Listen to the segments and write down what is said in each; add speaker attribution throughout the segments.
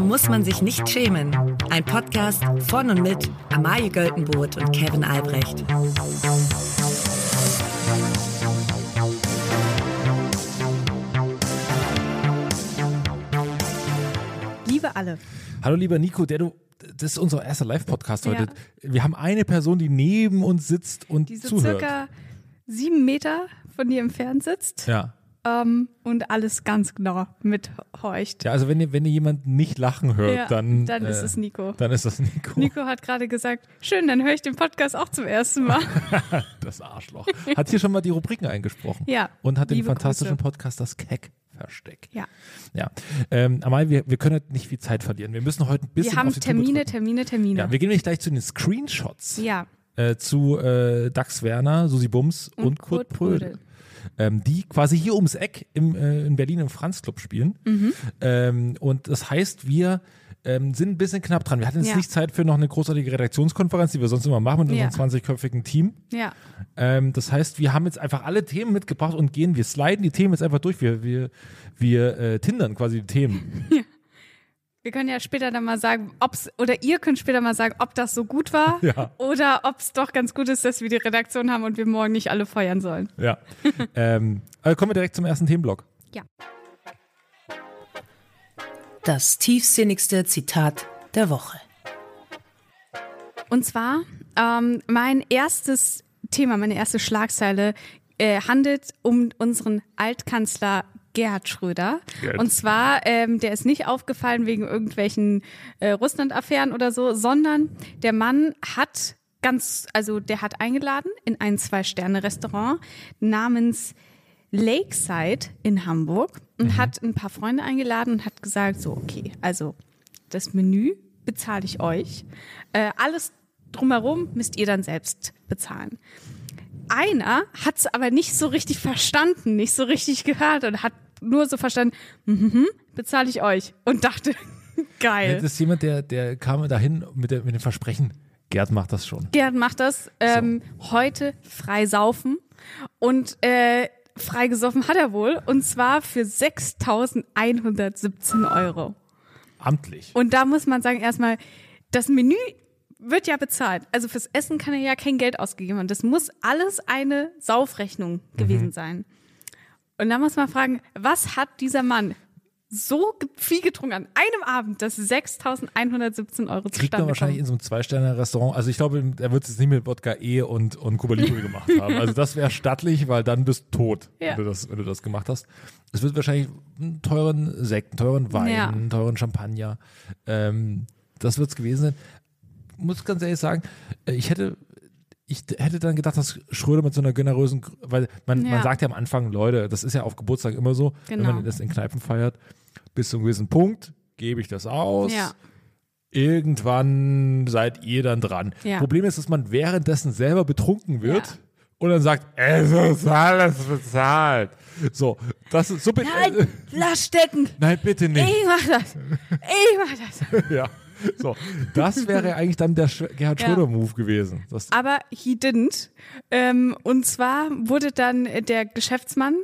Speaker 1: muss man sich nicht schämen. Ein Podcast von und mit Amalie Göltenboot und Kevin Albrecht.
Speaker 2: Liebe alle.
Speaker 3: Hallo lieber Nico, der du, das ist unser erster Live-Podcast heute. Wir haben eine Person, die neben uns sitzt und
Speaker 2: Die so
Speaker 3: zuhört.
Speaker 2: circa sieben Meter von dir entfernt sitzt
Speaker 3: ja.
Speaker 2: ähm, und alles ganz genau mithorcht.
Speaker 3: ja, also wenn ihr, wenn ihr jemanden nicht lachen hört,
Speaker 2: Ja,
Speaker 3: dann, äh,
Speaker 2: dann ist es Nico.
Speaker 3: Dann ist das Nico.
Speaker 2: Nico hat gerade gesagt, schön, dann höre ich den Podcast auch zum ersten Mal.
Speaker 3: Das Arschloch. Hat hier schon mal die Rubriken eingesprochen.
Speaker 2: Ja,
Speaker 3: Und hat den
Speaker 2: liebe
Speaker 3: fantastischen
Speaker 2: Grüße.
Speaker 3: Podcast Das Keck versteckt.
Speaker 2: Ja.
Speaker 3: Ja. Ähm, Amal, wir, wir können heute nicht viel Zeit verlieren. Wir müssen heute ein bisschen
Speaker 2: Wir haben
Speaker 3: auf die Tube
Speaker 2: Termine,
Speaker 3: drücken.
Speaker 2: Termine, Termine.
Speaker 3: Ja, wir gehen nämlich gleich zu den Screenshots.
Speaker 2: Ja,
Speaker 3: äh, zu äh, Dax Werner, Susi Bums und, Kurt, Prödel. Ähm, die quasi hier ums Eck im, äh, in Berlin im Franz-Club spielen. Ähm, und das heißt, wir ähm, sind ein bisschen knapp dran. Wir hatten jetzt
Speaker 2: Ja.
Speaker 3: nicht Zeit für noch eine großartige Redaktionskonferenz, die wir sonst immer machen mit
Speaker 2: Ja.
Speaker 3: unserem 20-köpfigen Team.
Speaker 2: Ja,
Speaker 3: Ähm, das heißt, wir haben jetzt einfach alle Themen mitgebracht und gehen, wir sliden die Themen jetzt einfach durch. Wir, wir, wir äh, tindern quasi die Themen.
Speaker 2: wir können ja später dann mal sagen, ob's oder ihr könnt später mal sagen, ob das so gut war
Speaker 3: Ja.
Speaker 2: oder ob es doch ganz gut ist, dass wir die Redaktion haben und wir morgen nicht alle feuern sollen.
Speaker 3: ja. ähm, also kommen wir direkt zum ersten Themenblock.
Speaker 1: Das tiefsinnigste Zitat der Woche.
Speaker 2: Und zwar, ähm, mein erstes Thema, meine erste Schlagzeile äh, handelt um unseren Altkanzler Gerhard Schröder.
Speaker 3: Gerhard.
Speaker 2: Und zwar, ähm, der ist nicht aufgefallen wegen irgendwelchen äh, Russland-Affären oder so, sondern der Mann hat ganz, also der hat eingeladen in ein Zwei-Sterne-Restaurant namens Lakeside in Hamburg und hat ein paar Freunde eingeladen und hat gesagt, so, okay, also das Menü bezahle ich euch. Äh, alles drumherum müsst ihr dann selbst bezahlen. Einer hat es aber nicht so richtig verstanden, nicht so richtig gehört und hat nur so verstanden, mhm, bezahle ich euch und dachte, geil.
Speaker 3: Das ist jemand, der, der kam dahin mit, der, mit dem Versprechen, Gerd macht das schon.
Speaker 2: Gerd macht das. Ähm, Heute frei saufen. Und äh, frei gesoffen hat er wohl. Und zwar für 6.117 Euro.
Speaker 3: Amtlich.
Speaker 2: Und da muss man sagen, erstmal, das Menü wird ja bezahlt. Also fürs Essen kann er ja kein Geld ausgegeben haben. Das muss alles eine Saufrechnung
Speaker 3: Mhm.
Speaker 2: gewesen sein. Und da muss man fragen, was hat dieser Mann so ge- viel getrunken an einem Abend, dass 6.117 Euro
Speaker 3: Kriegt
Speaker 2: zustande
Speaker 3: man wahrscheinlich
Speaker 2: kommen?
Speaker 3: in so einem Zwei-Sterne-Restaurant. Also ich glaube, er wird es jetzt nicht mit Wodka E und, und Cuba Libre gemacht haben. Also das wäre stattlich, weil dann bist du tot,
Speaker 2: Ja.
Speaker 3: wenn, du das, wenn du das gemacht hast. Es wird wahrscheinlich einen teuren Sekt, einen teuren Wein,
Speaker 2: Ja.
Speaker 3: einen teuren Champagner. Ähm, das wird es gewesen sein. Muss ganz ehrlich sagen, äh, ich hätte... Ich d- hätte dann gedacht, dass Schröder mit so einer generösen, Gr- weil man, man
Speaker 2: Ja.
Speaker 3: sagt ja am Anfang, Leute, das ist ja auf Geburtstag immer so, wenn
Speaker 2: Genau.
Speaker 3: man das in Kneipen feiert, bis zu einem gewissen Punkt gebe ich das aus,
Speaker 2: Ja.
Speaker 3: irgendwann seid ihr dann dran.
Speaker 2: Ja.
Speaker 3: Problem ist, dass man währenddessen selber betrunken wird
Speaker 2: Ja.
Speaker 3: und dann sagt, es ist alles bezahlt. So, das ist so bin äh,
Speaker 2: Nein, lass stecken!
Speaker 3: nein, bitte nicht.
Speaker 2: Ich mach das. Ich mach das.
Speaker 3: Ja. So, das wäre eigentlich dann der Sch Gerhard
Speaker 2: Ja. Ah.
Speaker 3: Schröder Move gewesen. Das,
Speaker 2: Aber he didn't. Ähm, und zwar wurde dann äh, der Geschäftsmann,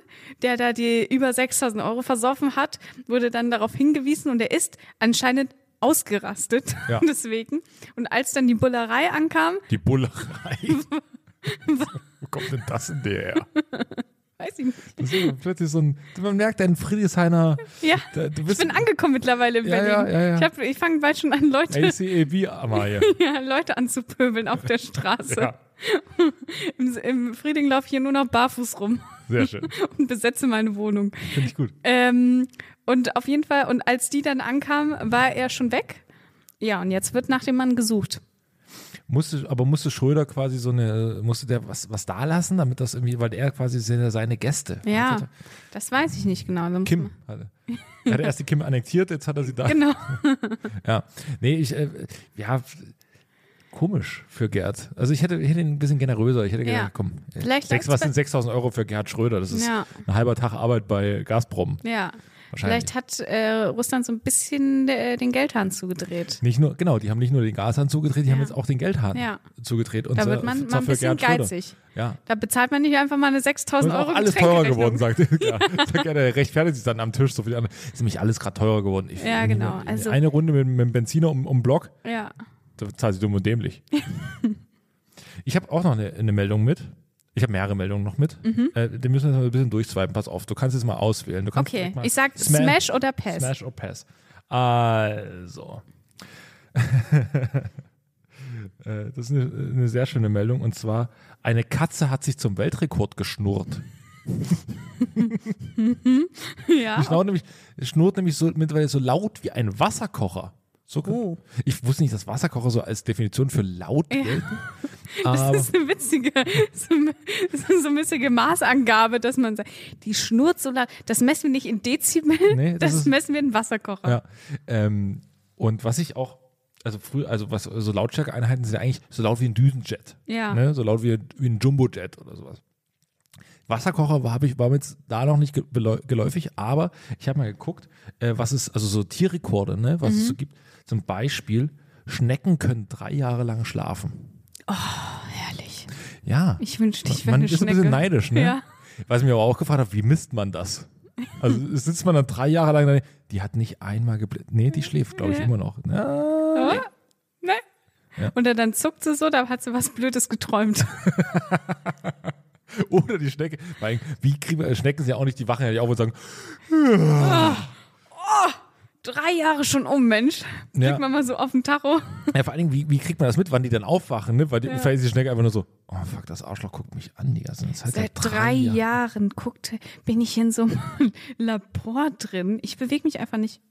Speaker 2: der da die über 6000 Euro versoffen hat, wurde dann darauf hingewiesen und er ist anscheinend ausgerastet.
Speaker 3: Ja.
Speaker 2: Deswegen. Und als dann die Bullerei ankam,
Speaker 3: die Bullerei. Wo kommt denn das denn der her?
Speaker 2: weiß ich nicht.
Speaker 3: Das ist plötzlich so ein, man merkt einen Friedrichshainer,
Speaker 2: Ja.
Speaker 3: Da- du
Speaker 2: Ich
Speaker 3: bist
Speaker 2: bin angekommen mittlerweile in
Speaker 3: Ja,
Speaker 2: Berlin.
Speaker 3: ja, ja, ja.
Speaker 2: Ich, hab- ich fange bald schon an, Leute,
Speaker 3: ACAB, E, Amalie.
Speaker 2: ja, Leute anzupöbeln auf der Straße.
Speaker 3: Ja,
Speaker 2: Im, Im Frieding laufe ich hier nur noch barfuß rum
Speaker 3: sehr schön.
Speaker 2: und besetze meine Wohnung.
Speaker 3: Finde ich gut.
Speaker 2: Ähm, und auf jeden Fall, und als die dann ankam, war er schon weg. Ja, und jetzt wird nach dem Mann gesucht.
Speaker 3: Musste, aber musste Schröder quasi so eine, musste der was, was da lassen, damit das irgendwie, weil er quasi seine, seine Gäste.
Speaker 2: Ja,
Speaker 3: hatte.
Speaker 2: das weiß ich nicht genau. Da muss
Speaker 3: Kim
Speaker 2: man-
Speaker 3: hatte. Er hatte erst die Kim annektiert, jetzt hat er sie da.
Speaker 2: Genau.
Speaker 3: Ja. Nee, ich, äh, ja, komisch für Gerd. Also ich hätte, ich hätte ihn ein bisschen generöser. Ich hätte
Speaker 2: Ja.
Speaker 3: gedacht, komm, äh,
Speaker 2: Vielleicht
Speaker 3: sechs,
Speaker 2: lag's
Speaker 3: was
Speaker 2: bei-
Speaker 3: sind 6000 Euro für Gerhard Schröder? Das ist
Speaker 2: Ja.
Speaker 3: ein halber Tag Arbeit bei Gazprom.
Speaker 2: Ja.
Speaker 3: Wahrscheinlich.
Speaker 2: Vielleicht hat äh, Russland so ein bisschen äh, den Geldhahn zugedreht.
Speaker 3: Nicht nur, genau, die haben nicht nur den Gashahn zugedreht, die haben
Speaker 2: Ja.
Speaker 3: jetzt auch den Geldhahn
Speaker 2: Ja.
Speaker 3: zugedreht. Und
Speaker 2: Da
Speaker 3: zwar-
Speaker 2: wird man
Speaker 3: zwar
Speaker 2: mal ein
Speaker 3: für
Speaker 2: bisschen
Speaker 3: Gerhard Schröder.
Speaker 2: geizig.
Speaker 3: Ja.
Speaker 2: Da bezahlt man nicht einfach mal eine 6000
Speaker 3: Und
Speaker 2: Euro
Speaker 3: auch alles teurer
Speaker 2: Getränkerechnung.
Speaker 3: geworden, sagt er. Ja, sagt er, der rechtfertigt sich dann am Tisch so viel an. Ist nämlich alles gerade teurer geworden. Ich,
Speaker 2: Ja, genau. Also-
Speaker 3: eine Runde mit, mit dem Benziner um, um den Block,
Speaker 2: Ja.
Speaker 3: da zahlt sie dumm und dämlich. ich habe auch noch eine, eine Meldung mit. Ich habe mehrere Meldungen noch mit.
Speaker 2: Mhm.
Speaker 3: Äh, die müssen wir jetzt mal ein bisschen durchswipen. Pass auf, du kannst jetzt mal auswählen. Du kannst
Speaker 2: Okay,
Speaker 3: direkt mal
Speaker 2: ich sag
Speaker 3: Sma-
Speaker 2: Smash oder Pass.
Speaker 3: Smash or Pass. Also. Äh, Das ist eine, eine sehr schöne Meldung und zwar: Eine Katze hat sich zum Weltrekord geschnurrt.
Speaker 2: Ja.
Speaker 3: Die schnurrt nämlich, schnurrt nämlich so, mittlerweile so laut wie ein Wasserkocher. So, ge-
Speaker 2: Oh.
Speaker 3: Ich wusste nicht, dass Wasserkocher so als Definition für laut gelten. Aber,
Speaker 2: Das ist eine witzige, so, so eine witzige Maßangabe, dass man sagt, die schnurrt so laut. Das messen wir nicht in Dezibel,
Speaker 3: Nee, das
Speaker 2: das,
Speaker 3: ist-
Speaker 2: messen wir in Wasserkocher.
Speaker 3: ja, ähm, und was ich auch, also früher, also was so Lautstärkeeinheiten sind ja eigentlich so laut wie ein Düsenjet.
Speaker 2: Ja.
Speaker 3: Ne? So laut wie, wie ein Jumbojet oder sowas. Wasserkocher war, hab ich, war mir jetzt da noch nicht ge- beläu- geläufig, aber ich habe mal geguckt, äh, was es, also so Tierrekorde, ne, was es
Speaker 2: Mhm.
Speaker 3: so gibt. Zum Beispiel, Schnecken können drei Jahre lang schlafen.
Speaker 2: Herrlich.
Speaker 3: Ja.
Speaker 2: Ich wünschte, ich wäre
Speaker 3: man
Speaker 2: eine
Speaker 3: ist
Speaker 2: Schnecke.
Speaker 3: ein bisschen neidisch, ne?
Speaker 2: Ja.
Speaker 3: Was ich mir aber auch gefragt habe, wie misst man das? Also sitzt man dann drei Jahre lang, da- die hat nicht einmal gebläht. Nee, die schläft, glaube ich, immer noch. Na,
Speaker 2: Oh, ne?
Speaker 3: Ja.
Speaker 2: Und dann, dann zuckt sie so, da hat sie was Blödes geträumt.
Speaker 3: Oder die Schnecke. Weil, wie kriegen wir, Schnecken sind ja auch nicht, die wachen ja nicht auf und sagen,
Speaker 2: Drei Jahre schon um, Mensch. Kriegt
Speaker 3: Ja.
Speaker 2: man mal so auf den Tacho.
Speaker 3: ja, vor allen Dingen, wie, wie kriegt man das mit, wann die dann aufwachen, ne? Weil die, vielleicht ist die Schnecke einfach nur so, oh fuck, das Arschloch guckt mich an die ganze Zeit.
Speaker 2: Seit drei Jahren guckt, bin ich in so einem Labor drin. Ich bewege mich einfach nicht.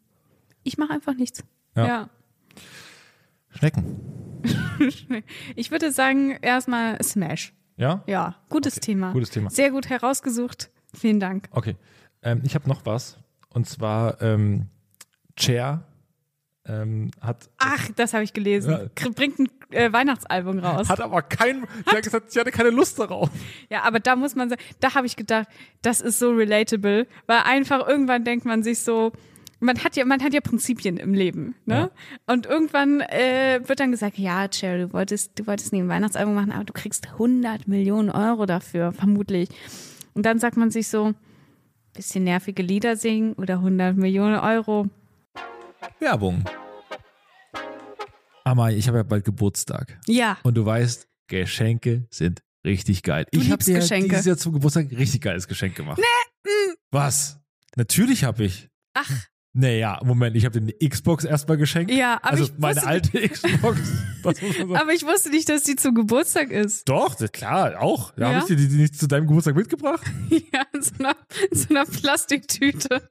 Speaker 2: Ich mache einfach nichts.
Speaker 3: Ja.
Speaker 2: ja.
Speaker 3: Schnecken.
Speaker 2: Ich würde sagen, erstmal Smash.
Speaker 3: Ja?
Speaker 2: Ja, gutes Thema.
Speaker 3: gutes Thema.
Speaker 2: Sehr gut herausgesucht. Vielen Dank.
Speaker 3: Okay. Ähm, ich habe noch was. Und zwar, ähm, Cher ähm, hat
Speaker 2: Ach, das habe ich gelesen.
Speaker 3: Ja.
Speaker 2: Kr- Bringt ein äh, Weihnachtsalbum raus.
Speaker 3: Hat aber kein, sie hat gesagt, sie hatte keine Lust darauf.
Speaker 2: Ja, aber da muss man sagen, da habe ich gedacht, das ist so relatable, weil einfach irgendwann denkt man sich so, man hat ja, man hat ja Prinzipien im Leben, ne? Und irgendwann äh, wird dann gesagt, ja, Cherry, du wolltest, du wolltest nie ein Weihnachtsalbum machen, aber du kriegst 100 Millionen Euro dafür, vermutlich. Und dann sagt man sich so, bisschen nervige Lieder singen oder 100 Millionen Euro.
Speaker 3: Werbung. Amai, ich habe ja bald Geburtstag.
Speaker 2: Ja,
Speaker 3: Und du weißt, Geschenke sind richtig geil.
Speaker 2: Du
Speaker 3: ich habe
Speaker 2: liebst
Speaker 3: dir
Speaker 2: Geschenke. mm.
Speaker 3: dieses Jahr zum Geburtstag ein richtig geiles Geschenk gemacht. Was? Natürlich habe ich.
Speaker 2: ach,
Speaker 3: Naja, Moment, ich habe dir eine Xbox erstmal geschenkt.
Speaker 2: ja, aber,
Speaker 3: also
Speaker 2: ich
Speaker 3: meine
Speaker 2: wusste,
Speaker 3: alte Xbox. Das muss man sagen.
Speaker 2: aber ich wusste nicht, dass die zum Geburtstag ist.
Speaker 3: Doch, das- klar, auch. Ja,
Speaker 2: Ja?
Speaker 3: Habe ich dir die, die nicht zu deinem Geburtstag mitgebracht?
Speaker 2: Ja, in so einer, in so einer Plastiktüte.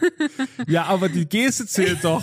Speaker 3: ja, aber die Geste zählt doch.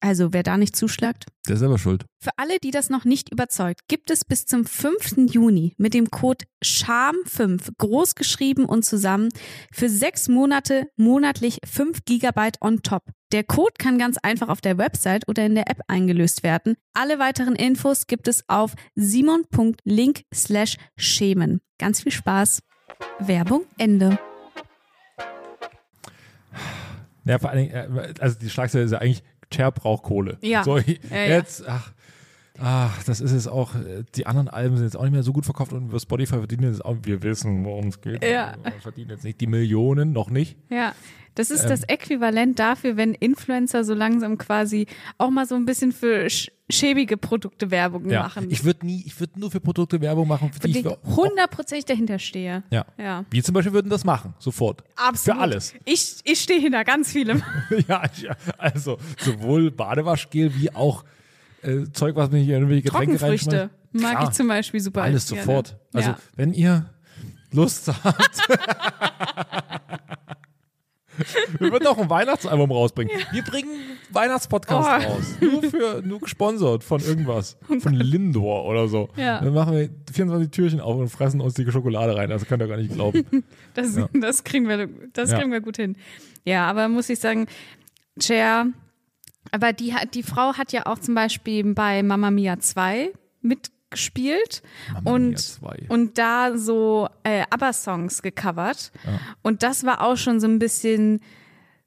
Speaker 2: Also, wer da nicht zuschlagt.
Speaker 3: Der ist selber schuld.
Speaker 2: Für alle, die das noch nicht überzeugt, gibt es bis zum 5. Juni mit dem Code SCHAM5 großgeschrieben und zusammen für sechs Monate monatlich 5 GB on top. Der Code kann ganz einfach auf der Website oder in der App eingelöst werden. Alle weiteren Infos gibt es auf simon.link slash schämen. Ganz viel Spaß. Werbung Ende.
Speaker 3: Ja, vor allen Dingen, äh, also die Schlagzeile ist ja eigentlich, Cher braucht Kohle.
Speaker 2: Ja.
Speaker 3: So,
Speaker 2: ja.
Speaker 3: jetzt, ach, ach, das ist es auch. äh, Die anderen Alben sind jetzt auch nicht mehr so gut verkauft und über Spotify verdienen jetzt auch, wir wissen, worum es geht. Also,
Speaker 2: Ja.
Speaker 3: Wir verdienen jetzt nicht die Millionen, noch nicht.
Speaker 2: Ja, das ist
Speaker 3: Ähm.
Speaker 2: das Äquivalent dafür, wenn Influencer so langsam quasi auch mal so ein bisschen für sch schäbige Produkte Werbung
Speaker 3: Ja.
Speaker 2: machen.
Speaker 3: Ich würde nie, ich würde nur für Produkte Werbung machen, für
Speaker 2: Für
Speaker 3: die
Speaker 2: die
Speaker 3: ich
Speaker 2: ich hundertprozentig dahinter stehe.
Speaker 3: ja.
Speaker 2: Ja.
Speaker 3: Wir zum Beispiel würden das machen, sofort.
Speaker 2: Absolut.
Speaker 3: Für alles.
Speaker 2: Ich, ich stehe hinter ganz vielem.
Speaker 3: ja, ich- also sowohl Badewaschgel wie auch äh, Zeug, was man hier in irgendwelche Getränke
Speaker 2: Trockenfrüchte
Speaker 3: reinschmeißt.
Speaker 2: mag
Speaker 3: Klar.
Speaker 2: ich zum Beispiel super.
Speaker 3: Alles
Speaker 2: gerne.
Speaker 3: sofort. Also,
Speaker 2: ne? ja.
Speaker 3: wenn ihr Lust habt. Wir würden auch ein Weihnachtsalbum rausbringen. Wir bringen einen Weihnachtspodcast
Speaker 2: Oh.
Speaker 3: raus. Nur für, nur gesponsert von irgendwas. Von Lindor oder so.
Speaker 2: Ja.
Speaker 3: Dann machen wir 24 Türchen auf und fressen uns die Schokolade rein. Das könnt ihr gar nicht glauben.
Speaker 2: Das, das, kriegen, wir, das
Speaker 3: Ja.
Speaker 2: kriegen wir gut hin. Ja, aber muss ich sagen, Cher, aber die, hat, die Frau hat ja auch zum Beispiel bei Mamma Mia 2 mitgespielt
Speaker 3: Mamma
Speaker 2: und,
Speaker 3: Mia 2.
Speaker 2: und da so äh, ABBA-Songs gecovert. Und das war auch schon so ein bisschen,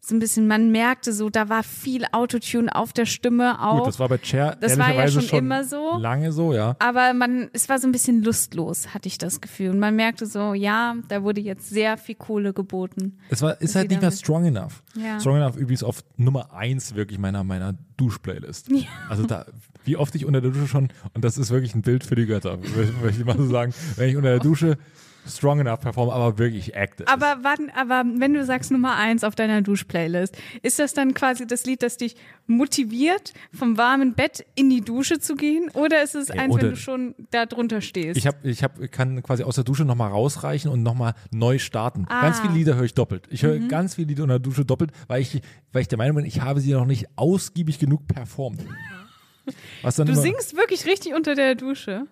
Speaker 2: so ein bisschen, man merkte so, da war viel Autotune auf der Stimme auch.
Speaker 3: Gut, das war bei Cher
Speaker 2: Das war ja
Speaker 3: ehrlicherweise
Speaker 2: schon immer so.
Speaker 3: Lange so, ja.
Speaker 2: aber man, es war so ein bisschen lustlos, hatte ich das Gefühl. Und man merkte so, ja, da wurde jetzt sehr viel Kohle geboten.
Speaker 3: Es war, ist halt
Speaker 2: sie
Speaker 3: nicht mehr
Speaker 2: damit-
Speaker 3: strong enough.
Speaker 2: Ja.
Speaker 3: Strong enough übrigens auf Nummer eins wirklich meiner, meiner Dusch-Playlist. Also da, wie oft ich unter der Dusche schon, und das ist wirklich ein Bild für die Götter, mö- möchte ich mal so sagen, wenn ich unter der Dusche strong enough performe, aber wirklich active.
Speaker 2: Aber wann, aber wenn du sagst Nummer eins auf deiner Duschplaylist, ist das dann quasi das Lied, das dich motiviert, vom warmen Bett in die Dusche zu gehen? Oder ist es eins,
Speaker 3: oder-
Speaker 2: wenn du schon da drunter stehst?
Speaker 3: ich hab, ich hab, kann quasi aus der Dusche nochmal rausreichen und nochmal neu starten.
Speaker 2: Ah.
Speaker 3: Ganz viele Lieder höre ich doppelt. Ich höre
Speaker 2: Mhm.
Speaker 3: ganz viele Lieder unter der Dusche doppelt, weil ich, weil ich der Meinung bin, ich habe sie noch nicht ausgiebig genug performt. Was dann
Speaker 2: du
Speaker 3: immer,
Speaker 2: singst wirklich richtig unter der Dusche.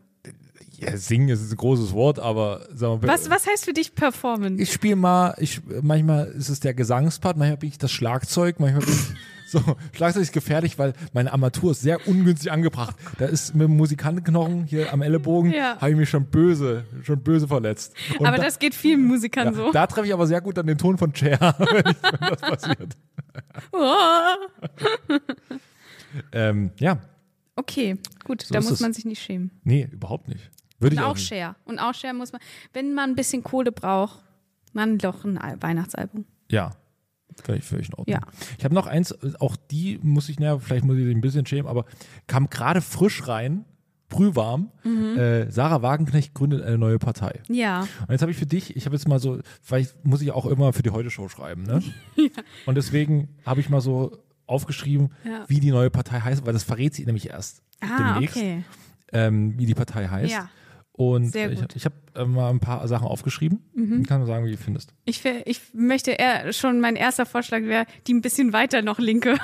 Speaker 3: Ja, singen ist ein großes Wort, aber sagen wir
Speaker 2: Was, was heißt für dich Performance?
Speaker 3: Äh, ich spiele mal, ich, manchmal ist es der Gesangspart, manchmal bin ich das Schlagzeug, manchmal bin ich. So, Schlagzeug ist gefährlich, weil meine Armatur ist sehr ungünstig angebracht. Da ist mit dem Musikantenknochen hier am Ellenbogen,
Speaker 2: Ja.
Speaker 3: habe ich mich schon böse, schon böse verletzt. Und
Speaker 2: aber
Speaker 3: da,
Speaker 2: das geht vielen Musikern so.
Speaker 3: da treffe ich aber sehr gut an den Ton von Cher, wenn, ich, wenn das passiert.
Speaker 2: Oh.
Speaker 3: Ähm, ja,
Speaker 2: Okay, gut, da
Speaker 3: ist
Speaker 2: muss
Speaker 3: es.
Speaker 2: man sich nicht schämen.
Speaker 3: nee, überhaupt nicht. Würde
Speaker 2: Und
Speaker 3: ich auch,
Speaker 2: auch
Speaker 3: nicht.
Speaker 2: Share. Und auch Share muss man, wenn man ein bisschen Kohle braucht, man doch ein Al- Weihnachtsalbum.
Speaker 3: Ja. Völlig, völlig in Ordnung.
Speaker 2: Ja.
Speaker 3: Ich habe noch eins, auch die muss ich, naja, vielleicht muss ich sie ein bisschen schämen, aber kam gerade frisch rein, brühwarm.
Speaker 2: Mhm.
Speaker 3: Äh, Sarah Wagenknecht gründet eine neue Partei.
Speaker 2: Ja.
Speaker 3: Und jetzt habe ich für dich, ich habe jetzt mal so, vielleicht muss ich auch immer für die Heute-Show schreiben, ne? Und deswegen habe ich mal so aufgeschrieben,
Speaker 2: Ja.
Speaker 3: wie die neue Partei heißt, weil das verrät sie nämlich erst
Speaker 2: Ah,
Speaker 3: demnächst,
Speaker 2: okay.
Speaker 3: ähm, wie die Partei heißt.
Speaker 2: Ja.
Speaker 3: Und
Speaker 2: Sehr
Speaker 3: ich,
Speaker 2: gut. Mhm.
Speaker 3: ich habe äh, mal ein paar Sachen aufgeschrieben. Ich kann nur sagen, wie du findest.
Speaker 2: Ich, wär- ich möchte eher schon, mein erster Vorschlag wäre, die ein bisschen weiter noch linke.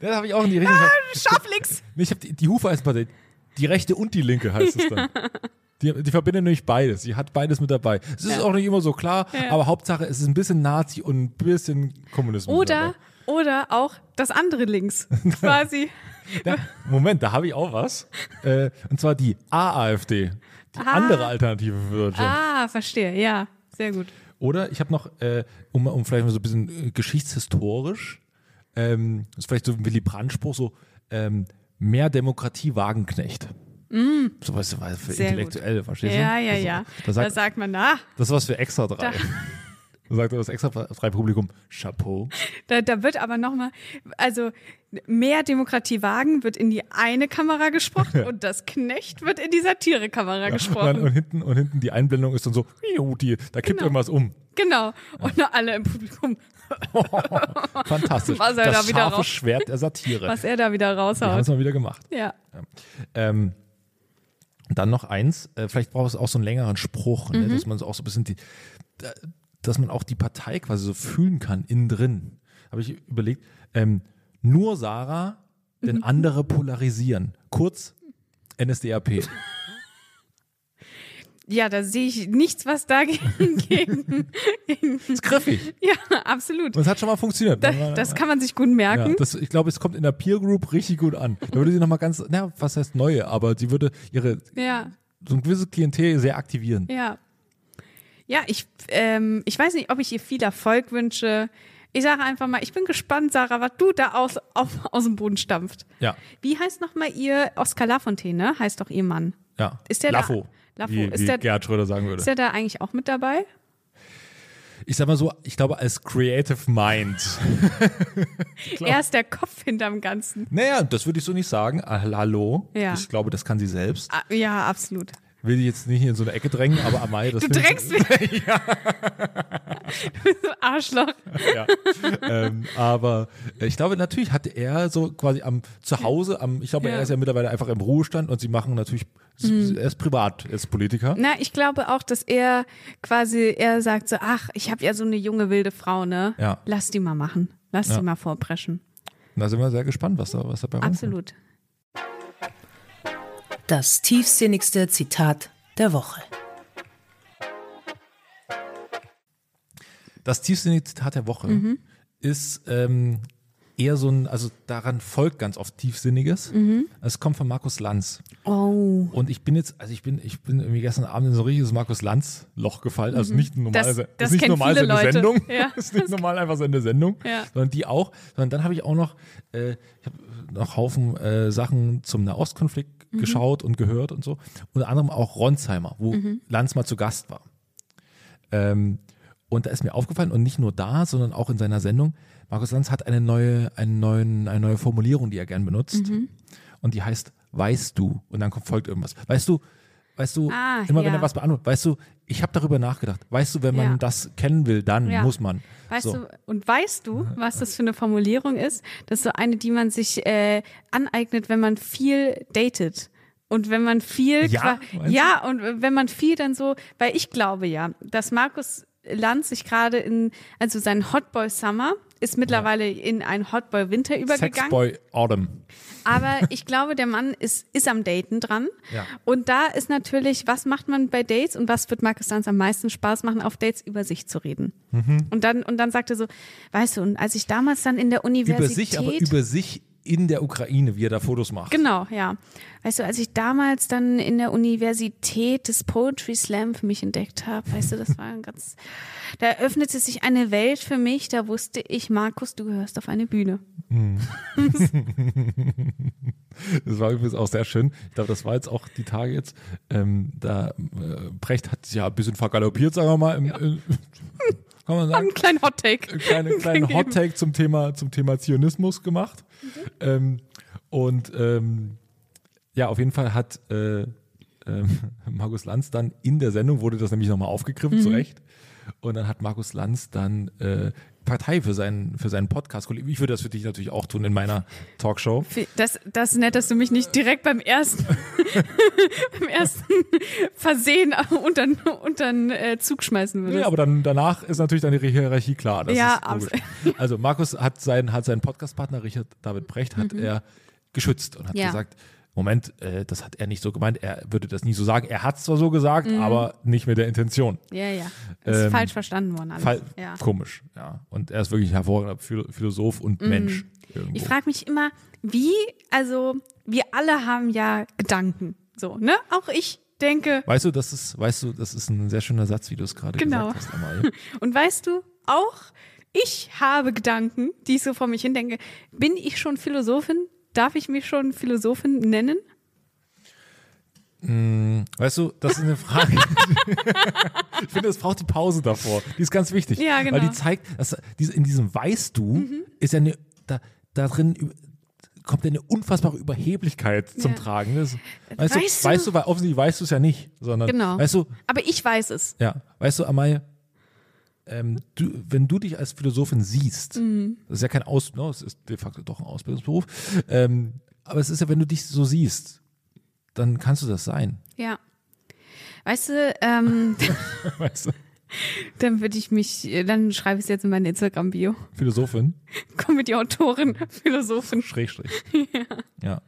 Speaker 3: Das habe ich auch in die
Speaker 2: Ah,
Speaker 3: Richtung.
Speaker 2: Scharf links.
Speaker 3: Nee, ich habe die, die Hufeisenpartei. Die rechte und die linke heißt es dann. Die, die verbindet nämlich beides. Sie hat beides mit dabei. Es ist auch nicht immer so klar, aber Hauptsache, es ist ein bisschen Nazi und ein bisschen Kommunismus.
Speaker 2: Oder, oder auch das andere links. Quasi.
Speaker 3: dabei. Ja, Moment, da habe ich auch was. Äh, und zwar die AAFD. Die andere Alternative für Deutschland.
Speaker 2: ah, verstehe. Ja, sehr gut.
Speaker 3: Oder ich habe noch, äh, um, um vielleicht mal so ein bisschen äh, geschichtshistorisch, ähm, das ist vielleicht so ein Willy Brandt-Spruch, so ähm, mehr Demokratie Wagenknecht. Mm. So weißt du, weil für
Speaker 2: Sehr gut.
Speaker 3: intellektuell, verstehst du?
Speaker 2: Ja, ja,
Speaker 3: Also,
Speaker 2: ja.
Speaker 3: Da
Speaker 2: Da
Speaker 3: sagt,
Speaker 2: sagt man, na,
Speaker 3: das ist was für extra drei.
Speaker 2: Da-
Speaker 3: Da sagt das extra drei Publikum, Chapeau.
Speaker 2: da, da wird aber nochmal, also mehr Demokratie wagen wird in die eine Kamera gesprochen und das Knecht wird in die Satirekamera
Speaker 3: Und, dann,
Speaker 2: gesprochen.
Speaker 3: und, hinten, und hinten die Einblendung ist dann so, "Miau, die- da kippt
Speaker 2: Genau.
Speaker 3: irgendwas um.
Speaker 2: Genau. Und alle im Publikum,
Speaker 3: Fantastisch.
Speaker 2: Oh. Was er
Speaker 3: das
Speaker 2: da wieder
Speaker 3: scharfe
Speaker 2: raus-
Speaker 3: Schwert der Satire.
Speaker 2: was er da wieder
Speaker 3: Wir haben es
Speaker 2: raushaut.
Speaker 3: mal wieder gemacht.
Speaker 2: Ja.
Speaker 3: Ähm, dann noch eins, äh, vielleicht braucht es auch so einen längeren Spruch,
Speaker 2: Mhm.
Speaker 3: ne, dass man so auch so ein bisschen die, da- dass man auch die Partei quasi so fühlen kann innen drin. Habe ich überlegt, ähm, nur Sarah,
Speaker 2: Mhm.
Speaker 3: denn andere polarisieren. Kurz NSDAP.
Speaker 2: Ja, da sehe ich nichts, was dagegen. gegen-
Speaker 3: Ist griffig.
Speaker 2: ja, absolut.
Speaker 3: Und es hat schon mal funktioniert. ne?
Speaker 2: Da, das kann man sich gut merken.
Speaker 3: ja, das, ich glaube, es kommt in der Peer Group richtig gut an. Da würde sie nochmal ganz, na, was heißt neue, aber sie würde ihre,
Speaker 2: Ja,
Speaker 3: so ein gewisses Klientel sehr aktivieren.
Speaker 2: ja. Ja, ich, ähm, ich weiß nicht, ob ich ihr viel Erfolg wünsche. Ich sage einfach mal, ich bin gespannt, Sarah, was du da aus, auf, aus dem Boden stampft.
Speaker 3: Ja,
Speaker 2: Wie heißt nochmal ihr Oskar Lafontaine, ne? Heißt doch ihr Mann.
Speaker 3: ja.
Speaker 2: Ist der da-
Speaker 3: Laffo.
Speaker 2: Laffo,
Speaker 3: Wie,
Speaker 2: ist
Speaker 3: wie
Speaker 2: der-
Speaker 3: Gerhard Schröder sagen würde.
Speaker 2: Ist er da eigentlich auch mit dabei?
Speaker 3: ich sag mal so, ich glaube als Creative Mind.
Speaker 2: Er ist der Kopf hinterm Ganzen.
Speaker 3: Naja, das würde ich so nicht sagen. Ah, Hallo.
Speaker 2: Ja.
Speaker 3: Ich glaube, das kann sie selbst.
Speaker 2: Ah, ja, absolut.
Speaker 3: Will die jetzt nicht in so eine Ecke drängen, aber Amai, das
Speaker 2: Du
Speaker 3: finde ich-
Speaker 2: drängst mich. Arschloch.
Speaker 3: ja. ähm, aber ich glaube, natürlich hatte er so quasi am Zuhause, am, ich glaube,
Speaker 2: Ja. Mhm.
Speaker 3: er ist ja mittlerweile einfach im Ruhestand und sie machen natürlich, er ist privat, er ist Politiker.
Speaker 2: Na, ich glaube auch, dass er quasi, er sagt so, ach, ich habe ja so eine junge wilde Frau, ne?
Speaker 3: Ja.
Speaker 2: Lass die mal machen. Lass
Speaker 3: Ja.
Speaker 2: die mal vorpreschen.
Speaker 3: Und da sind wir sehr gespannt, was da, was da bei uns
Speaker 2: Absolut.
Speaker 1: Das tiefsinnigste Zitat der Woche.
Speaker 3: Das tiefsinnige Zitat der Woche
Speaker 2: Mhm.
Speaker 3: ist ähm, eher so ein, also daran folgt ganz oft Tiefsinniges.
Speaker 2: Mhm.
Speaker 3: Es kommt von Markus Lanz.
Speaker 2: Oh.
Speaker 3: Und ich bin jetzt, also ich bin, ich bin irgendwie gestern Abend in so ein richtiges Markus Lanz-Loch gefallen. Also nicht normal,
Speaker 2: Mhm. Das-
Speaker 3: se-
Speaker 2: das
Speaker 3: ist nicht
Speaker 2: kennen
Speaker 3: normal
Speaker 2: viele
Speaker 3: seine
Speaker 2: Leute.
Speaker 3: Sendung.
Speaker 2: Ja.
Speaker 3: ist nicht normal einfach seine Sendung,
Speaker 2: Ja.
Speaker 3: sondern die auch. Sondern dann habe ich auch noch, äh, ich habe noch Haufen äh, Sachen zum Nahostkonflikt
Speaker 2: Mhm.
Speaker 3: geschaut und gehört und so. Unter anderem auch Ronsheimer, wo
Speaker 2: Mhm.
Speaker 3: Lanz mal zu Gast war. Ähm, und da ist mir aufgefallen, und nicht nur da, sondern auch in seiner Sendung, Markus Lanz hat eine neue, einen neuen, eine neue Formulierung, die er gern benutzt.
Speaker 2: Mhm.
Speaker 3: Und die heißt, weißt du. Und dann kommt, folgt irgendwas. Weißt du, weißt du,
Speaker 2: Ah,
Speaker 3: immer wenn
Speaker 2: ja.
Speaker 3: er was beantwortet, weißt du, ich habe darüber nachgedacht. Weißt du, wenn man
Speaker 2: Ja.
Speaker 3: das kennen will, dann
Speaker 2: Ja.
Speaker 3: muss man.
Speaker 2: Weißt
Speaker 3: so.
Speaker 2: du, und weißt du, was das für eine Formulierung ist? Das ist so eine, die man sich äh, aneignet, wenn man viel datet. Und wenn man viel.
Speaker 3: Ja?
Speaker 2: qua-
Speaker 3: Meinst du?
Speaker 2: ja, und wenn man viel dann so, weil ich glaube ja, dass Markus Lanz sich gerade in, also sein Hotboy Summer ist mittlerweile in ein Hotboy Winter übergegangen.
Speaker 3: Sexboy Autumn.
Speaker 2: Aber ich glaube, der Mann ist, ist am Daten dran.
Speaker 3: Ja.
Speaker 2: Und da ist natürlich, was macht man bei Dates und was wird Markus Lanz am meisten Spaß machen, auf Dates über sich zu reden.
Speaker 3: Mhm.
Speaker 2: Und dann, und dann sagt er so, weißt du, und als ich damals dann in der Universität.
Speaker 3: Über sich, aber über sich in der Ukraine, wie er da Fotos macht.
Speaker 2: Genau, ja. Weißt du, als ich damals dann in der Universität das Poetry Slam für mich entdeckt habe, weißt du, das war ein ganz, da öffnete sich eine Welt für mich, da wusste ich, Markus, du gehörst auf eine Bühne.
Speaker 3: Das war übrigens auch sehr schön. Ich glaube, das war jetzt auch die Tage jetzt. Ähm, da äh, Brecht hat sich ja ein bisschen vergaloppiert, sagen wir mal. Im, in, kann man sagen.
Speaker 2: Ein kleinen Hot Take.
Speaker 3: Kleine, kleinen Hot Take zum Thema, zum Thema Zionismus gemacht. Ähm, und ähm, ja, auf jeden Fall hat äh, ähm, Markus Lanz dann in der Sendung, wurde das nämlich nochmal aufgegriffen, zu Recht. Und dann hat Markus Lanz dann äh, Partei für seinen, für seinen Podcast. Ich würde das für dich natürlich auch tun in meiner Talkshow.
Speaker 2: Das, das ist nett, dass du mich nicht direkt beim ersten, beim ersten Versehen unter, unter den äh, Zug schmeißen würdest.
Speaker 3: Ja, aber dann danach ist natürlich dann die Hierarchie klar. Das
Speaker 2: Ja,
Speaker 3: ist logisch. Also Markus hat seinen, hat seinen Podcastpartner Richard David Brecht hat er geschützt und hat
Speaker 2: Mhm. Ja.
Speaker 3: gesagt, Moment, äh, das hat er nicht so gemeint. Er würde das nie so sagen. Er hat es zwar so gesagt,
Speaker 2: Mhm.
Speaker 3: aber nicht mit der Intention.
Speaker 2: ja, ja. Das ist
Speaker 3: Ähm,
Speaker 2: falsch verstanden worden. Alles.
Speaker 3: Fall
Speaker 2: ja.
Speaker 3: komisch. Ja. Und er ist wirklich ein hervorragender Philo- Philosoph und Mensch. Irgendwo.
Speaker 2: Mhm. Ich frage mich immer, wie, also wir alle haben ja Gedanken. So, ne? Auch ich denke.
Speaker 3: Weißt du, das ist, weißt du, das ist ein sehr schöner Satz, wie du es gerade
Speaker 2: Genau.
Speaker 3: gesagt hast. Amalie.
Speaker 2: Und weißt du, auch ich habe Gedanken, die ich so vor mich hin denke. Bin ich schon Philosophin? Darf ich mich schon Philosophin nennen?
Speaker 3: Weißt du, das ist eine Frage. ich finde, es braucht die Pause davor. Die ist ganz wichtig.
Speaker 2: Ja, genau. Mhm.
Speaker 3: Weil die zeigt, dass diese, in diesem Weißt du, ist ja eine, da, da drin üb- kommt ja eine unfassbare Überheblichkeit zum
Speaker 2: Ja.
Speaker 3: Tragen. Das, weißt,
Speaker 2: Weißt
Speaker 3: du,
Speaker 2: du-
Speaker 3: weißt du, weil offensichtlich weißt du es ja nicht, sondern,
Speaker 2: Genau.
Speaker 3: weißt du,
Speaker 2: Aber ich weiß es.
Speaker 3: ja, weißt du, Amalie, ähm, du, wenn du dich als Philosophin siehst,
Speaker 2: Mhm.
Speaker 3: das ist ja kein Aus, no, es ist de facto doch ein Ausbildungsberuf, ähm, aber es ist ja, wenn du dich so siehst, dann kannst du das sein,
Speaker 2: Ja. Weißt du, ähm,
Speaker 3: weißt du,
Speaker 2: dann würde ich mich, äh, dann schreibe ich es jetzt in meine Instagram-Bio.
Speaker 3: Philosophin.
Speaker 2: Comedy-Autorin, Philosophin.
Speaker 3: Schrägstrich. ja.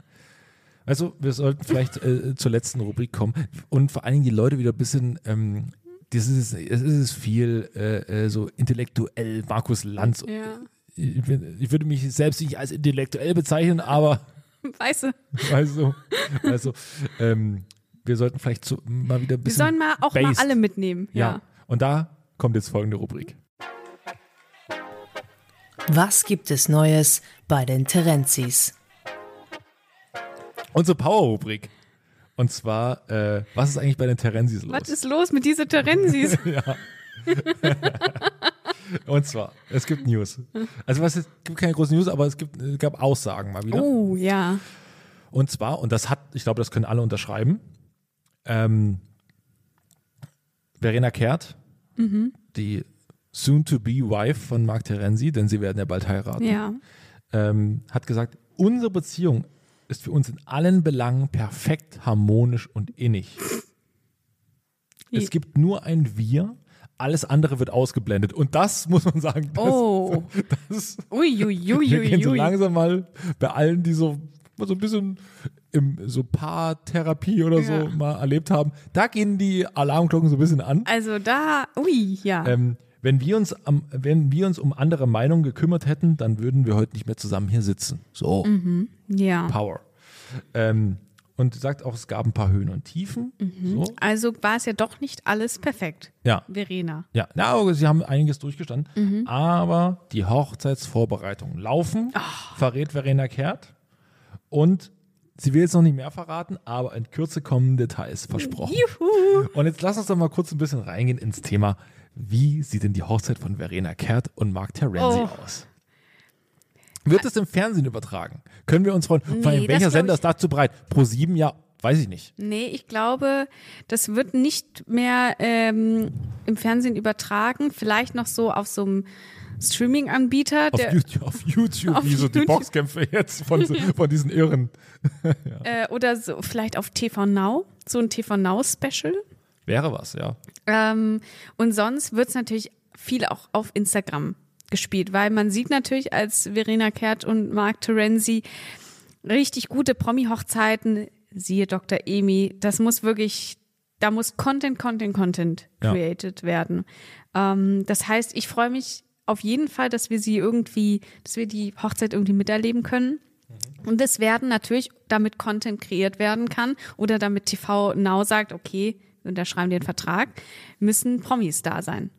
Speaker 3: Also, wir sollten vielleicht äh, zur letzten Rubrik kommen und vor allen Dingen die Leute wieder ein bisschen. Ähm, das ist, es ist viel äh, äh, so intellektuell, Markus Lanz.
Speaker 2: Ja.
Speaker 3: Ich, bin- ich würde mich selbst nicht als intellektuell bezeichnen, aber
Speaker 2: Weißt du,
Speaker 3: weißt du, weißt du ähm, wir sollten vielleicht zu, mal wieder
Speaker 2: wir
Speaker 3: ein bisschen.
Speaker 2: sollen mal auch mal
Speaker 3: based.
Speaker 2: alle mitnehmen.
Speaker 3: ja.
Speaker 2: Ja.
Speaker 3: Und da kommt jetzt folgende Rubrik.
Speaker 1: Was gibt es Neues bei den Terenzis?
Speaker 3: Unsere Power-Rubrik. Und zwar, äh, was ist eigentlich bei den Terenzis los?
Speaker 2: Was ist los mit dieser Terensis?
Speaker 3: Und zwar, es gibt News. Also was, es gibt keine großen News, aber es gibt, äh, gab Aussagen mal wieder.
Speaker 2: oh, ja.
Speaker 3: Und zwar, und das hat, ich glaube, das können alle unterschreiben,
Speaker 2: Mhm.
Speaker 3: ähm, Verena Kehrt, die Soon-to-be-Wife von Mark Terenzi, denn sie werden ja bald heiraten,
Speaker 2: Ja.
Speaker 3: ähm, hat gesagt, unsere Beziehung ist für uns in allen Belangen perfekt, harmonisch und innig.
Speaker 2: Je-
Speaker 3: Es gibt nur ein Wir, alles andere wird ausgeblendet. Und das muss man sagen, das,
Speaker 2: Oh.
Speaker 3: das wir gehen so
Speaker 2: Uiuiuiui.
Speaker 3: langsam mal bei allen, die so, so ein bisschen im so Paartherapie oder so
Speaker 2: Ja.
Speaker 3: mal erlebt haben, da gehen die Alarmglocken so ein bisschen an.
Speaker 2: Also da, ui, ja.
Speaker 3: Ähm, wenn wir, uns am, wenn wir uns um andere Meinungen gekümmert hätten, dann würden wir heute nicht mehr zusammen hier sitzen. So,
Speaker 2: ja.
Speaker 3: Power. Ähm, und sagt auch, es gab ein paar Höhen und Tiefen. So,
Speaker 2: Also war es ja doch nicht alles perfekt,
Speaker 3: ja.
Speaker 2: Verena.
Speaker 3: Ja, na, aber sie haben einiges durchgestanden.
Speaker 2: Mhm.
Speaker 3: Aber die Hochzeitsvorbereitungen laufen,
Speaker 2: Ah.
Speaker 3: verrät Verena Kehrt. Und sie will jetzt noch nicht mehr verraten, aber in Kürze kommen Details, versprochen.
Speaker 2: Juhu.
Speaker 3: Und jetzt lass uns doch mal kurz ein bisschen reingehen ins Thema, wie sieht denn die Hochzeit von Verena Kehrt und Mark Terenzi
Speaker 2: Oh.
Speaker 3: aus? Wird es im Fernsehen übertragen? Können wir uns freuen? Vor allem,
Speaker 2: das
Speaker 3: welcher
Speaker 2: glaub
Speaker 3: Sender
Speaker 2: ich-
Speaker 3: ist dazu bereit? Pro sieben, ja, weiß ich nicht.
Speaker 2: Nee, ich glaube, das wird nicht mehr ähm, im Fernsehen übertragen. Vielleicht noch so auf so einem Streaming-Anbieter,
Speaker 3: Auf
Speaker 2: der
Speaker 3: YouTube, auf YouTube
Speaker 2: Auf
Speaker 3: wie so die
Speaker 2: YouTube.
Speaker 3: Boxkämpfe jetzt von, von diesen Irren.
Speaker 2: äh, oder so, vielleicht auf TV Now, so ein TV Now-Special.
Speaker 3: Wäre was, ja.
Speaker 2: Ähm, und sonst wird es natürlich viel auch auf Instagram gespielt, weil man sieht natürlich als Verena Kehrt und Mark Terenzi richtig gute Promi-Hochzeiten, siehe Dr. Emi, das muss wirklich, da muss Content, Content, Content
Speaker 3: Ja.
Speaker 2: created werden. Ähm, das heißt, ich freue mich auf jeden Fall, dass wir sie irgendwie, dass wir die Hochzeit irgendwie miterleben können. Und es werden natürlich, damit Content kreiert werden kann oder damit TV Now sagt, okay, wir unterschreiben den Vertrag, müssen Promis da sein.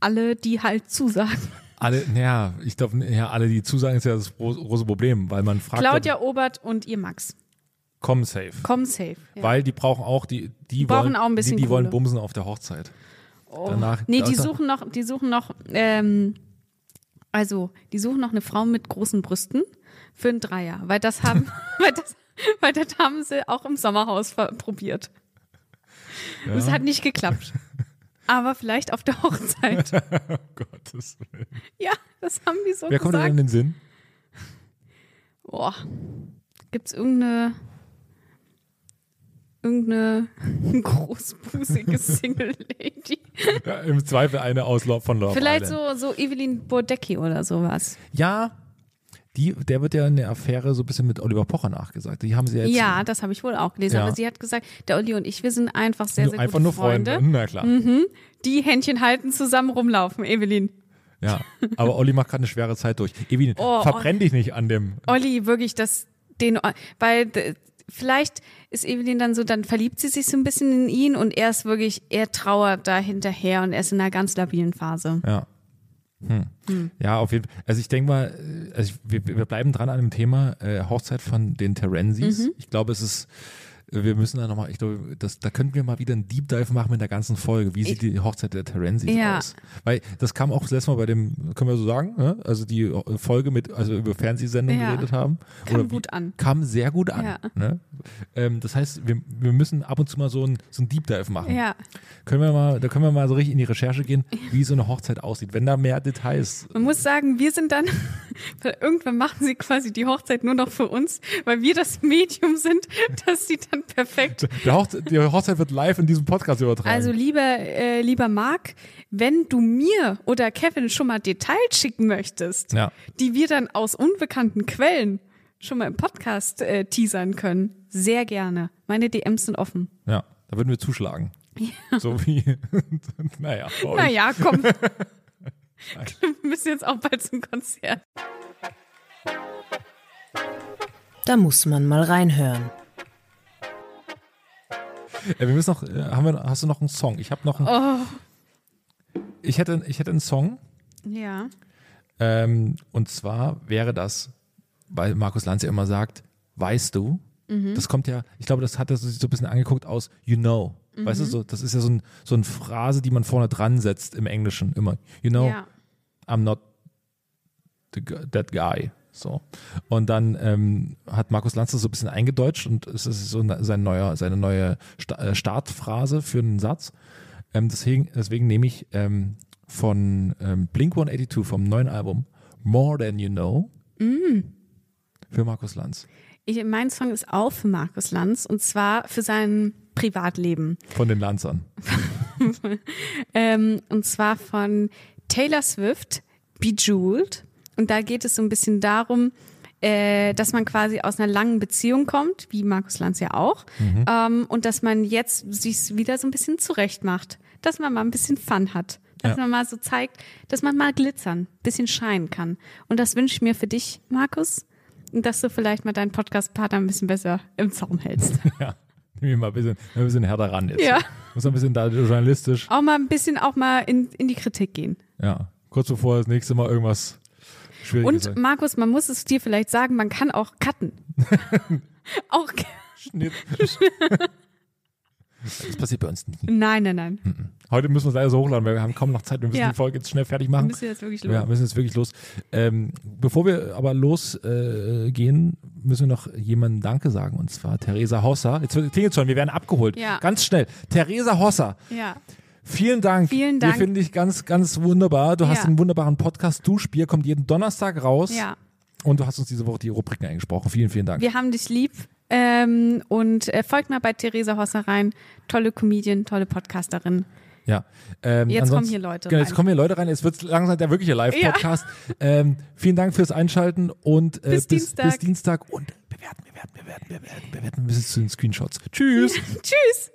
Speaker 2: Alle, die halt zusagen.
Speaker 3: Alle, naja, ich glaube, ja, alle, die zusagen, ist ja das gro- große Problem, weil man fragt,
Speaker 2: Claudia Obert und ihr Max.
Speaker 3: komm safe.
Speaker 2: Komm safe. Ja.
Speaker 3: Weil die brauchen auch, die, die,
Speaker 2: brauchen
Speaker 3: wollen,
Speaker 2: auch ein bisschen
Speaker 3: die, die wollen
Speaker 2: Kohle.
Speaker 3: bumsen auf der Hochzeit.
Speaker 2: Oh.
Speaker 3: danach-
Speaker 2: nee, die
Speaker 3: da-
Speaker 2: suchen noch, die suchen noch, ähm, also, die suchen noch eine Frau mit großen Brüsten für einen Dreier, weil das haben, weil das, weil das haben sie auch im Sommerhaus ver- probiert. Und es hat nicht geklappt. Aber vielleicht auf der Hochzeit. Um
Speaker 3: Gottes Willen.
Speaker 2: Ja, das haben die so
Speaker 3: Wer kommt denn
Speaker 2: gesagt.
Speaker 3: in den Sinn?
Speaker 2: Boah. Gibt's irgendeine irgendeine großbusige Single Lady?
Speaker 3: Ja, Im Zweifel eine aus Lo- von Love
Speaker 2: Vielleicht
Speaker 3: Island.
Speaker 2: so so Evelyn Bordecki oder sowas.
Speaker 3: Ja, die, der wird ja in der Affäre so ein bisschen mit Oliver Pocher nachgesagt. Die haben sie jetzt
Speaker 2: Ja, das habe ich wohl auch gelesen,
Speaker 3: Ja.
Speaker 2: aber sie hat gesagt, der Olli und ich, wir sind einfach sehr
Speaker 3: nur,
Speaker 2: sehr
Speaker 3: einfach
Speaker 2: gute
Speaker 3: nur
Speaker 2: Freunde. Mhm.
Speaker 3: Freunde. Na klar.
Speaker 2: Die Händchen halten, zusammen rumlaufen, Evelyn.
Speaker 3: Ja. Aber Olli macht gerade eine schwere Zeit durch. Ewin,
Speaker 2: Oh,
Speaker 3: verbrenn dich nicht an dem.
Speaker 2: Olli, wirklich, das, den, weil d- vielleicht ist Evelyn dann so, dann verliebt sie sich so ein bisschen in ihn und er ist wirklich, er trauert da hinterher und er ist in einer ganz labilen Phase.
Speaker 3: Ja. Hm. Ja, auf jeden Fall. Also ich denke mal, äh, also ich, wir, wir bleiben dran an dem Thema äh, Hochzeit von den Terenzis.
Speaker 2: Mhm.
Speaker 3: Ich glaube, es ist, äh, wir müssen da nochmal, ich glaube, das, da könnten wir mal wieder einen Deep Dive machen mit der ganzen Folge. Wie sieht die Hochzeit der Terenzis
Speaker 2: Ja.
Speaker 3: aus? Weil das kam auch das letzte Mal bei dem, können wir so sagen, ne? also die Folge mit, also über Fernsehsendungen
Speaker 2: Ja.
Speaker 3: geredet haben.
Speaker 2: Kam gut an.
Speaker 3: Kam sehr gut an.
Speaker 2: Ja.
Speaker 3: Ne? Ähm, das heißt, wir, wir müssen ab und zu mal so ein, so ein Deep Dive machen.
Speaker 2: Ja.
Speaker 3: Können wir mal, da können wir mal so richtig in die Recherche gehen, wie so eine Hochzeit aussieht, wenn da mehr Details.
Speaker 2: Man muss sagen, wir sind dann, weil irgendwann machen sie quasi die Hochzeit nur noch für uns, weil wir das Medium sind, dass sie dann perfekt.
Speaker 3: Der Hochzeit, die Hochzeit wird live in diesem Podcast übertragen.
Speaker 2: Also lieber, äh, lieber Marc, wenn du mir oder Kevin schon mal Details schicken möchtest,
Speaker 3: Ja.
Speaker 2: die wir dann aus unbekannten Quellen schon mal im Podcast äh, teasern können, sehr gerne. Meine DMs sind offen.
Speaker 3: ja, da würden wir zuschlagen. So wie, naja, oh, bei euch.
Speaker 2: Naja, komm. Wir müssen jetzt auch bald zum Konzert.
Speaker 1: Da muss man mal reinhören.
Speaker 3: Äh, wir müssen noch, äh, haben wir, hast du noch einen Song? Ich habe noch einen,
Speaker 2: Oh.
Speaker 3: ich hätte, ich hätte einen Song,
Speaker 2: Ja.
Speaker 3: ähm, und zwar wäre das, weil Markus Lanz ja immer sagt, weißt du, das kommt ja, ich glaube, das hat er sich so ein bisschen angeguckt aus, you know. Weißt du, so, das ist ja so, ein, so eine Phrase, die man vorne dran setzt im Englischen immer. You know,
Speaker 2: ja.
Speaker 3: I'm not the, gu- that guy. So. Und dann ähm, hat Markus Lanz das so ein bisschen eingedeutscht und es ist so ne- sein neuer, seine neue Sta äh, Startphrase für einen Satz. Ähm, deswegen, deswegen nehme ich ähm, von ähm, Blink 182 vom neuen Album More Than You Know
Speaker 2: Mm.
Speaker 3: für Markus Lanz.
Speaker 2: Ich, mein Song ist auch für Markus Lanz und zwar für sein Privatleben.
Speaker 3: Von den Lanzern.
Speaker 2: Ähm, und zwar von Taylor Swift, Bejeweled. Und da geht es so ein bisschen darum, äh, dass man quasi aus einer langen Beziehung kommt, wie Markus Lanz ja auch, ähm, und dass man jetzt sich wieder so ein bisschen zurecht macht, dass man mal ein bisschen Fun hat, dass
Speaker 3: Ja.
Speaker 2: man mal so zeigt, dass man mal glitzern, bisschen scheinen kann. Und das wünsche ich mir für dich, Markus, dass du vielleicht mal deinen Podcast-Partner ein bisschen besser im Zaum hältst.
Speaker 3: ja. Nehmen wir mal ein bisschen, ein bisschen härter ran jetzt. ne?
Speaker 2: Ja.
Speaker 3: Muss ein bisschen da journalistisch.
Speaker 2: auch mal ein bisschen auch mal in, in die Kritik gehen.
Speaker 3: Ja. Kurz bevor das nächste Mal irgendwas
Speaker 2: Und
Speaker 3: Schwieriges. sagt.
Speaker 2: Markus, man muss es dir vielleicht sagen, man kann auch cutten. auch
Speaker 3: Schnitt. das passiert bei uns nie.
Speaker 2: nein, nein, nein. Wir
Speaker 3: Heute müssen wir es leider so hochladen, weil wir haben kaum noch Zeit. Wir müssen
Speaker 2: Ja.
Speaker 3: die Folge jetzt schnell fertig machen.
Speaker 2: müssen jetzt wirklich los.
Speaker 3: Ja, wir müssen jetzt wirklich los. Ähm, bevor wir aber losgehen, äh, gehen, müssen wir noch jemandem Danke sagen. Und zwar Theresa Hossa. Jetzt klingelt schon, wir werden abgeholt.
Speaker 2: Ja.
Speaker 3: Ganz schnell. Theresa Hossa,
Speaker 2: Ja.
Speaker 3: vielen Dank.
Speaker 2: Vielen Dank.
Speaker 3: Wir finden dich ganz, ganz wunderbar. Du hast
Speaker 2: Ja.
Speaker 3: einen wunderbaren Podcast. Duschbier kommt jeden Donnerstag raus.
Speaker 2: ja.
Speaker 3: Und du hast uns diese Woche die Rubriken eingesprochen. Vielen, vielen Dank.
Speaker 2: Wir haben dich lieb. Ähm, und äh, folgt mal bei Theresa Hosser rein. Tolle Comedian, tolle Podcasterin.
Speaker 3: Ja. Ähm,
Speaker 2: Jetzt
Speaker 3: ansonsten-
Speaker 2: kommen hier Leute
Speaker 3: Genau,
Speaker 2: rein.
Speaker 3: jetzt kommen hier Leute rein. Jetzt wird es langsam der wirkliche Live-Podcast. Ähm, vielen Dank fürs Einschalten und äh,
Speaker 2: Bis Dienstag.
Speaker 3: bis Dienstag und bewerten, bewerten, bewerten, bewerten, bewerten bis zu den Screenshots. Tschüss.
Speaker 2: Tschüss!